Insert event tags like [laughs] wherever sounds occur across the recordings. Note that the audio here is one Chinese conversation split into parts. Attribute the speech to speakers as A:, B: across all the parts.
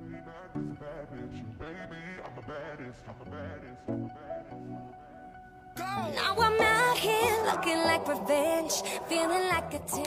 A: not this bad bitch. Baby, I'm the baddest. I'm the baddest. I'm the baddest.
B: Now I'm out here looking like revenge, feeling like a 10.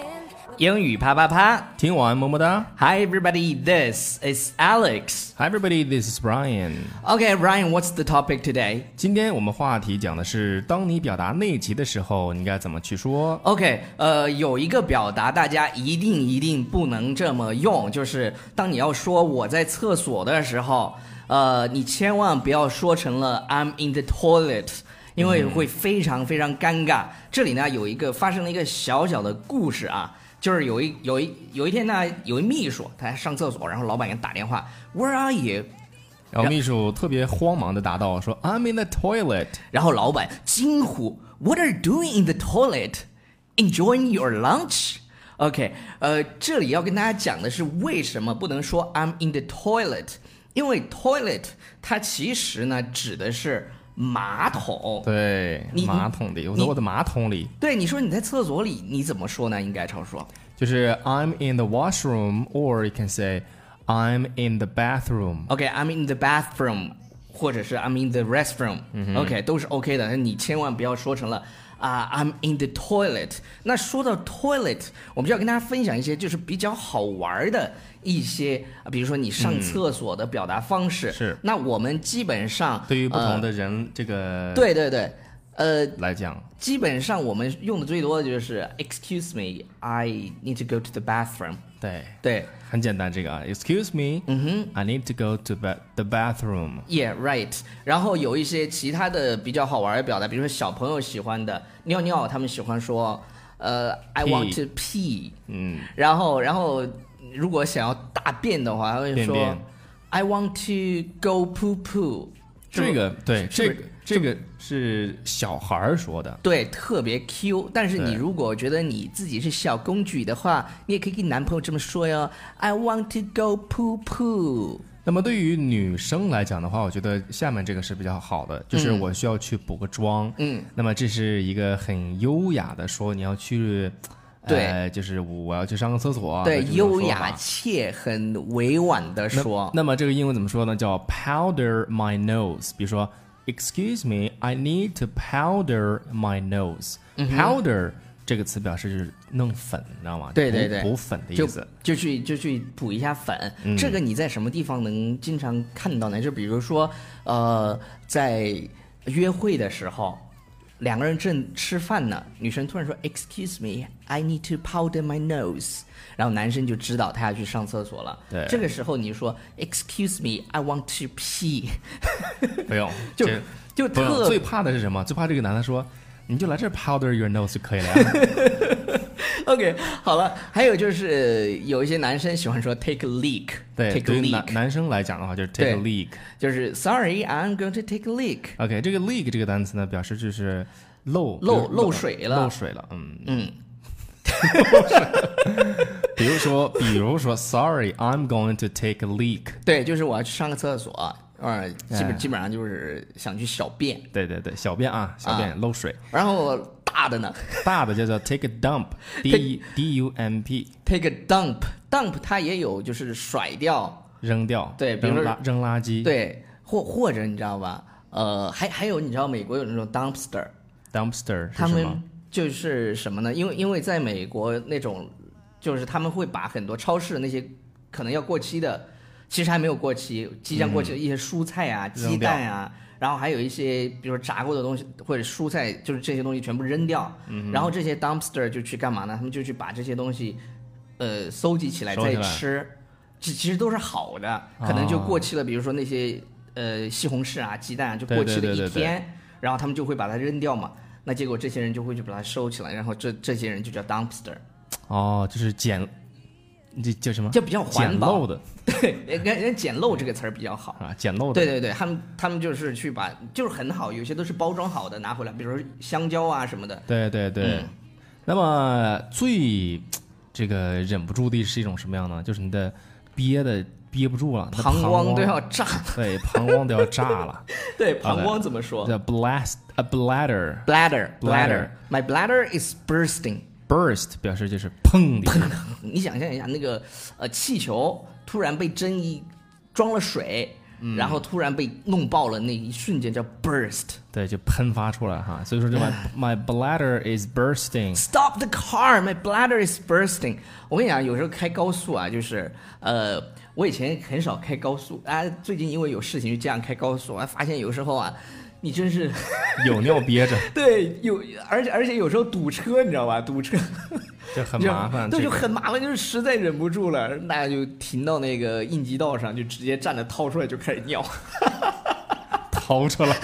C: 英语啪啪啪
D: 听完么么哒。
C: ！Hi everybody, this is Alex.
D: Hi everybody, this is Brian。
C: Okay, Ryan, what's the topic today?
D: 今天我们话题讲的是，当你表达内急的时候，你该怎么去说？
C: OK，呃，有一个表达大家一定一定不能这么用，就是当你要说我在厕所的时候，呃，你千万不要说成了 I'm in the toilet，因为会非常非常尴尬。这里呢有一个发生了一个小小的故事啊，就是有一有一有一天呢，有一秘书他上厕所，然后老板给他打电话，Where are you？
D: 然后秘书特别慌忙的答道：“说 I'm in the toilet。
C: 然后老板惊呼：“What are you doing in the toilet? Enjoying your lunch?” OK，呃，这里要跟大家讲的是为什么不能说 “I'm in the toilet”，因为 toilet 它其实呢指的是马桶。”。
D: 对
C: 你，
D: 马桶里，我
C: 你
D: 在我的马桶里，
C: 对，你说你在厕所里，你怎么说呢？应该常说。
D: 就是 I'm in the washroom, or you can say I'm in the bathroom。
C: OK，I'm、in the bathroom，或者是 I'm in the restroom，OK、都
D: 嗯
C: 是 OK 的。你千万不要说成了啊、i m in the toilet。那说到 toilet，我们就要跟大家分享一些就是比较好玩的一些，啊比如说你上厕所的表达方式。
D: 嗯是
C: 那我们基本上
D: 对于不同、
C: 呃
D: 的人，这个
C: 对对对，呃，
D: 来讲，
C: 基本上我们用的最多的就是 Excuse me，I need to go to the bathroom。
D: 对，
C: 对。
D: 很简单，这个啊，Excuse me，嗯哼，I need to go to ba- the bathroom。
C: Yeah, right。然后有一些其他的比较好玩的表达，比如说小朋友喜欢的尿尿，他们喜欢说，呃，I
D: Pee
C: want to pee。
D: 嗯，
C: 然后，然后如果想要大便的话，他会
D: 便
C: 说
D: 便
C: I want to go poo poo。
D: 这个对，
C: 是
D: 这
C: 不
D: 个这个是小孩儿说的，
C: 对，特别 Q。但是你
D: 对
C: 如果觉得你自己是小公举的话，你也可以跟男朋友这么说哟：I want to go poo poo。
D: 那么对于女生来讲的话，我觉得下面这个是比较好的，就是我需要去补个妆。
C: 嗯，
D: 那么这是一个很优雅的说，你要去，
C: 对
D: 呃就是我要去上个厕所。啊
C: 对，
D: 这种
C: 优
D: 说
C: 雅
D: 法
C: 且很委婉的
D: 那
C: 说。
D: 那么这个英文怎么说呢？叫 powder my nose。比如说，Excuse me, I need to powder my nose、powder
C: 嗯
D: 这个词表示就是弄粉，你知道吗？
C: 对对
D: 补
C: 对，
D: 补粉的
C: 就
D: 意思。嗯
C: 就去就去补一下粉。这个你在什么地方能经常看到呢？就比如说，呃，在约会的时候，两个人正吃饭呢，女生突然说：“Excuse me, I need to powder my nose。”然后男生就知道他要去上厕所了。
D: 对
C: 这个时候你说：“Excuse me, I want to pee。 [laughs]
D: 不用，
C: 就
D: 这”
C: 就
D: 不用。
C: 特
D: 最怕的是什么？最怕这个男的说。你就来这儿 powder your nose 就可以了呀。
C: [laughs] OK，好了。还有就是有一些男生喜欢说 “take a leak”，
D: 对，
C: ，take
D: 对
C: a
D: 于男
C: leak。
D: 男生来讲的话，就是 take a
C: 对
D: leak。
C: 就是 Sorry, I'm going to take a leak。
D: OK，这个 leak 这个单词呢，表示就是漏
C: 漏
D: 比如
C: 漏水了
D: 漏水了。嗯，
C: 嗯，
D: [laughs] 比如说，比如说，Sorry，I'm going to take a leak。
C: 对，就是我要去上个厕所，呃，基
D: 哎
C: 本基本上就是想去小便，
D: 对对对，小便啊，小便漏水，
C: 然后大的呢
D: 大的叫做 take a dump，d d u m p，
C: ，take a dump，dump 它也有就是甩掉，
D: 扔掉，
C: 对比如
D: 扔
C: 说
D: 垃扔垃圾，
C: 对，或或者你知道吧，呃，还还有你知道美国有那种 dumpster，
D: ，dumpster 是
C: 他
D: 什
C: 们
D: 么？
C: 就是什么呢？因为因为在美国那种，就是他们会把很多超市的那些可能要过期的，其实还没有过期，即将过期的一些蔬菜啊、鸡
D: 扔掉
C: 蛋啊，然后还有一些比如说炸过的东西或者蔬菜，就是这些东西全部扔掉。
D: 嗯
C: 然后这些 dumpster 就去干嘛呢？他们就去把这些东西，呃，搜集起来
D: 收起
C: 再
D: 来
C: 吃。其其实都是好的，可能就过期了。比如说那些呃西红柿啊、鸡蛋啊，就过期了
D: 对对
C: 一
D: 对对对
C: 天。然后他们就会把它扔掉嘛。那结果这些人就会去把它收起来，然后这这些人就叫 dumpster，
D: 哦，就是捡，这叫什么？
C: 就比较环
D: 捡
C: 保
D: 漏的
C: [laughs] 对，人家人家捡漏这个词儿比较好。
D: 啊，捡漏的，
C: 对对对，他们他们就是去把，就是很好，有些都是包装好的拿回来，比如说香蕉啊什么的。
D: 对对对。
C: 嗯
D: 那么最这个忍不住的是一种什么样呢？就是你的憋的憋不住了，你的
C: 膀胱
D: 胱
C: 都要炸， [laughs]
D: 对膀胱都要炸了，
C: 对，膀胱怎么说
D: 叫 blast a bladder
C: ？bladder
D: Bladder
C: my bladder is bursting。
D: burst 表示就是砰的一声。
C: 你想象一下，那个呃气球突然被针一装了水，然后突然被弄爆了，那一瞬间叫 burst。
D: 对，就喷发出来哈。所以说这 my
C: 哎
D: my bladder is bursting，
C: Stop the car, my bladder is bursting。我跟你讲，有时候开高速啊，就是呃，我以前很少开高速，啊，最近因为有事情就这样开高速，啊，发现有时候啊，你真是 [laughs]
D: 有尿憋着，
C: 对有，而且而且有时候堵车，你知道吧？堵车
D: 这很麻烦。
C: 对，
D: 这
C: 就
D: 个
C: 很麻烦，就是实在忍不住了，那就停到那个应急道上，就直接站着掏出来就开始尿。 [laughs]
D: 掏出来。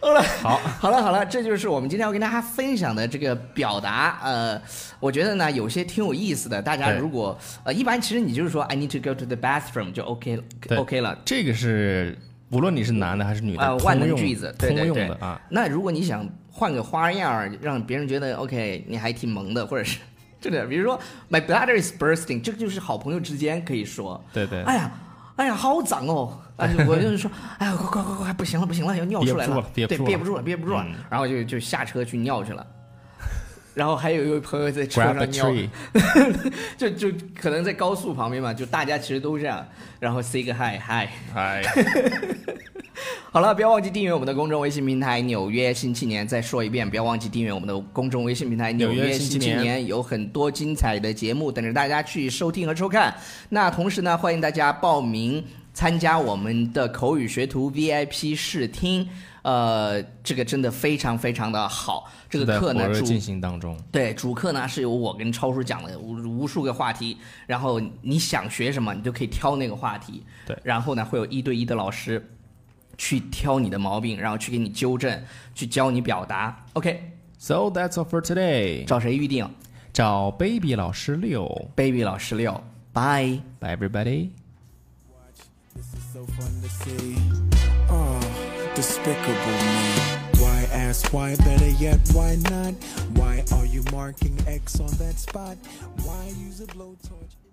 C: 好了，
D: 好
C: [laughs] 好了，好了，这就是我们今天要跟大家分享的这个表达。呃，我觉得呢，有些挺有意思的。大家
D: 对
C: 如果呃，一般其实你就是说 I need to go to the bathroom 就 OK 了
D: 对
C: ，OK 了。
D: 这个是无论你是男的还是女的，
C: 啊、
D: 通
C: 万能
D: 用
C: 句子，对
D: 通
C: 对
D: 用
C: 对
D: 的啊。。
C: 那如果你想换个花样儿，让别人觉得 OK，你还挺萌的，或者是 [laughs] 这点，比如说 My bladder is bursting，这个就是好朋友之间可以说。
D: 对对
C: 哎呀，哎呀，好脏
D: [laughs]
C: 哦！但是我就是说，哎呀，快快快快，不行了，不行了，要尿出来
D: 憋不住了憋不
C: 对，憋不
D: 住了
C: 住了，憋不住了，
D: 嗯
C: 然后就就下车去尿去了。然后还有一位朋友在车
D: Grab
C: 上
D: a
C: 尿
D: tree，
C: [laughs] 就就可能在高速旁边嘛，就大家其实都这样，然后 say 个 hi hi。
D: 哎，
C: [laughs] 好了，不要忘记订阅我们的公众微信平台《纽约新青年》。再说一遍，不要忘记订阅我们的公众微信平台《纽
D: 纽约
C: 约新
D: 新青
C: 青
D: 年
C: 年》，有很多精彩的节目等着大家去收听和收看。那同时呢，欢迎大家报名参加我们的口语学徒 VIP 试听。呃，这个真的非常非常的好。 [laughs] 这个
D: 在火
C: 课呢，
D: 热
C: 主
D: 进行当中，
C: 对，主课呢是由我跟超叔讲了无无数个话题，然后你想学什么，你就可以挑那个话题。
D: 对
C: 然后呢会有一对一的老师去挑你的毛病，然后去给你纠正，去教你表达。OK，
D: So that's all for today。
C: 找谁预定
D: 找 Baby 老师六
C: ？Baby 老师六，Bye。
D: ，Bye everybody。
E: This is so fun to see. Oh, despicable me. Why ask why? Better yet, why not? Why are you marking X on that spot? Why use a blowtorch?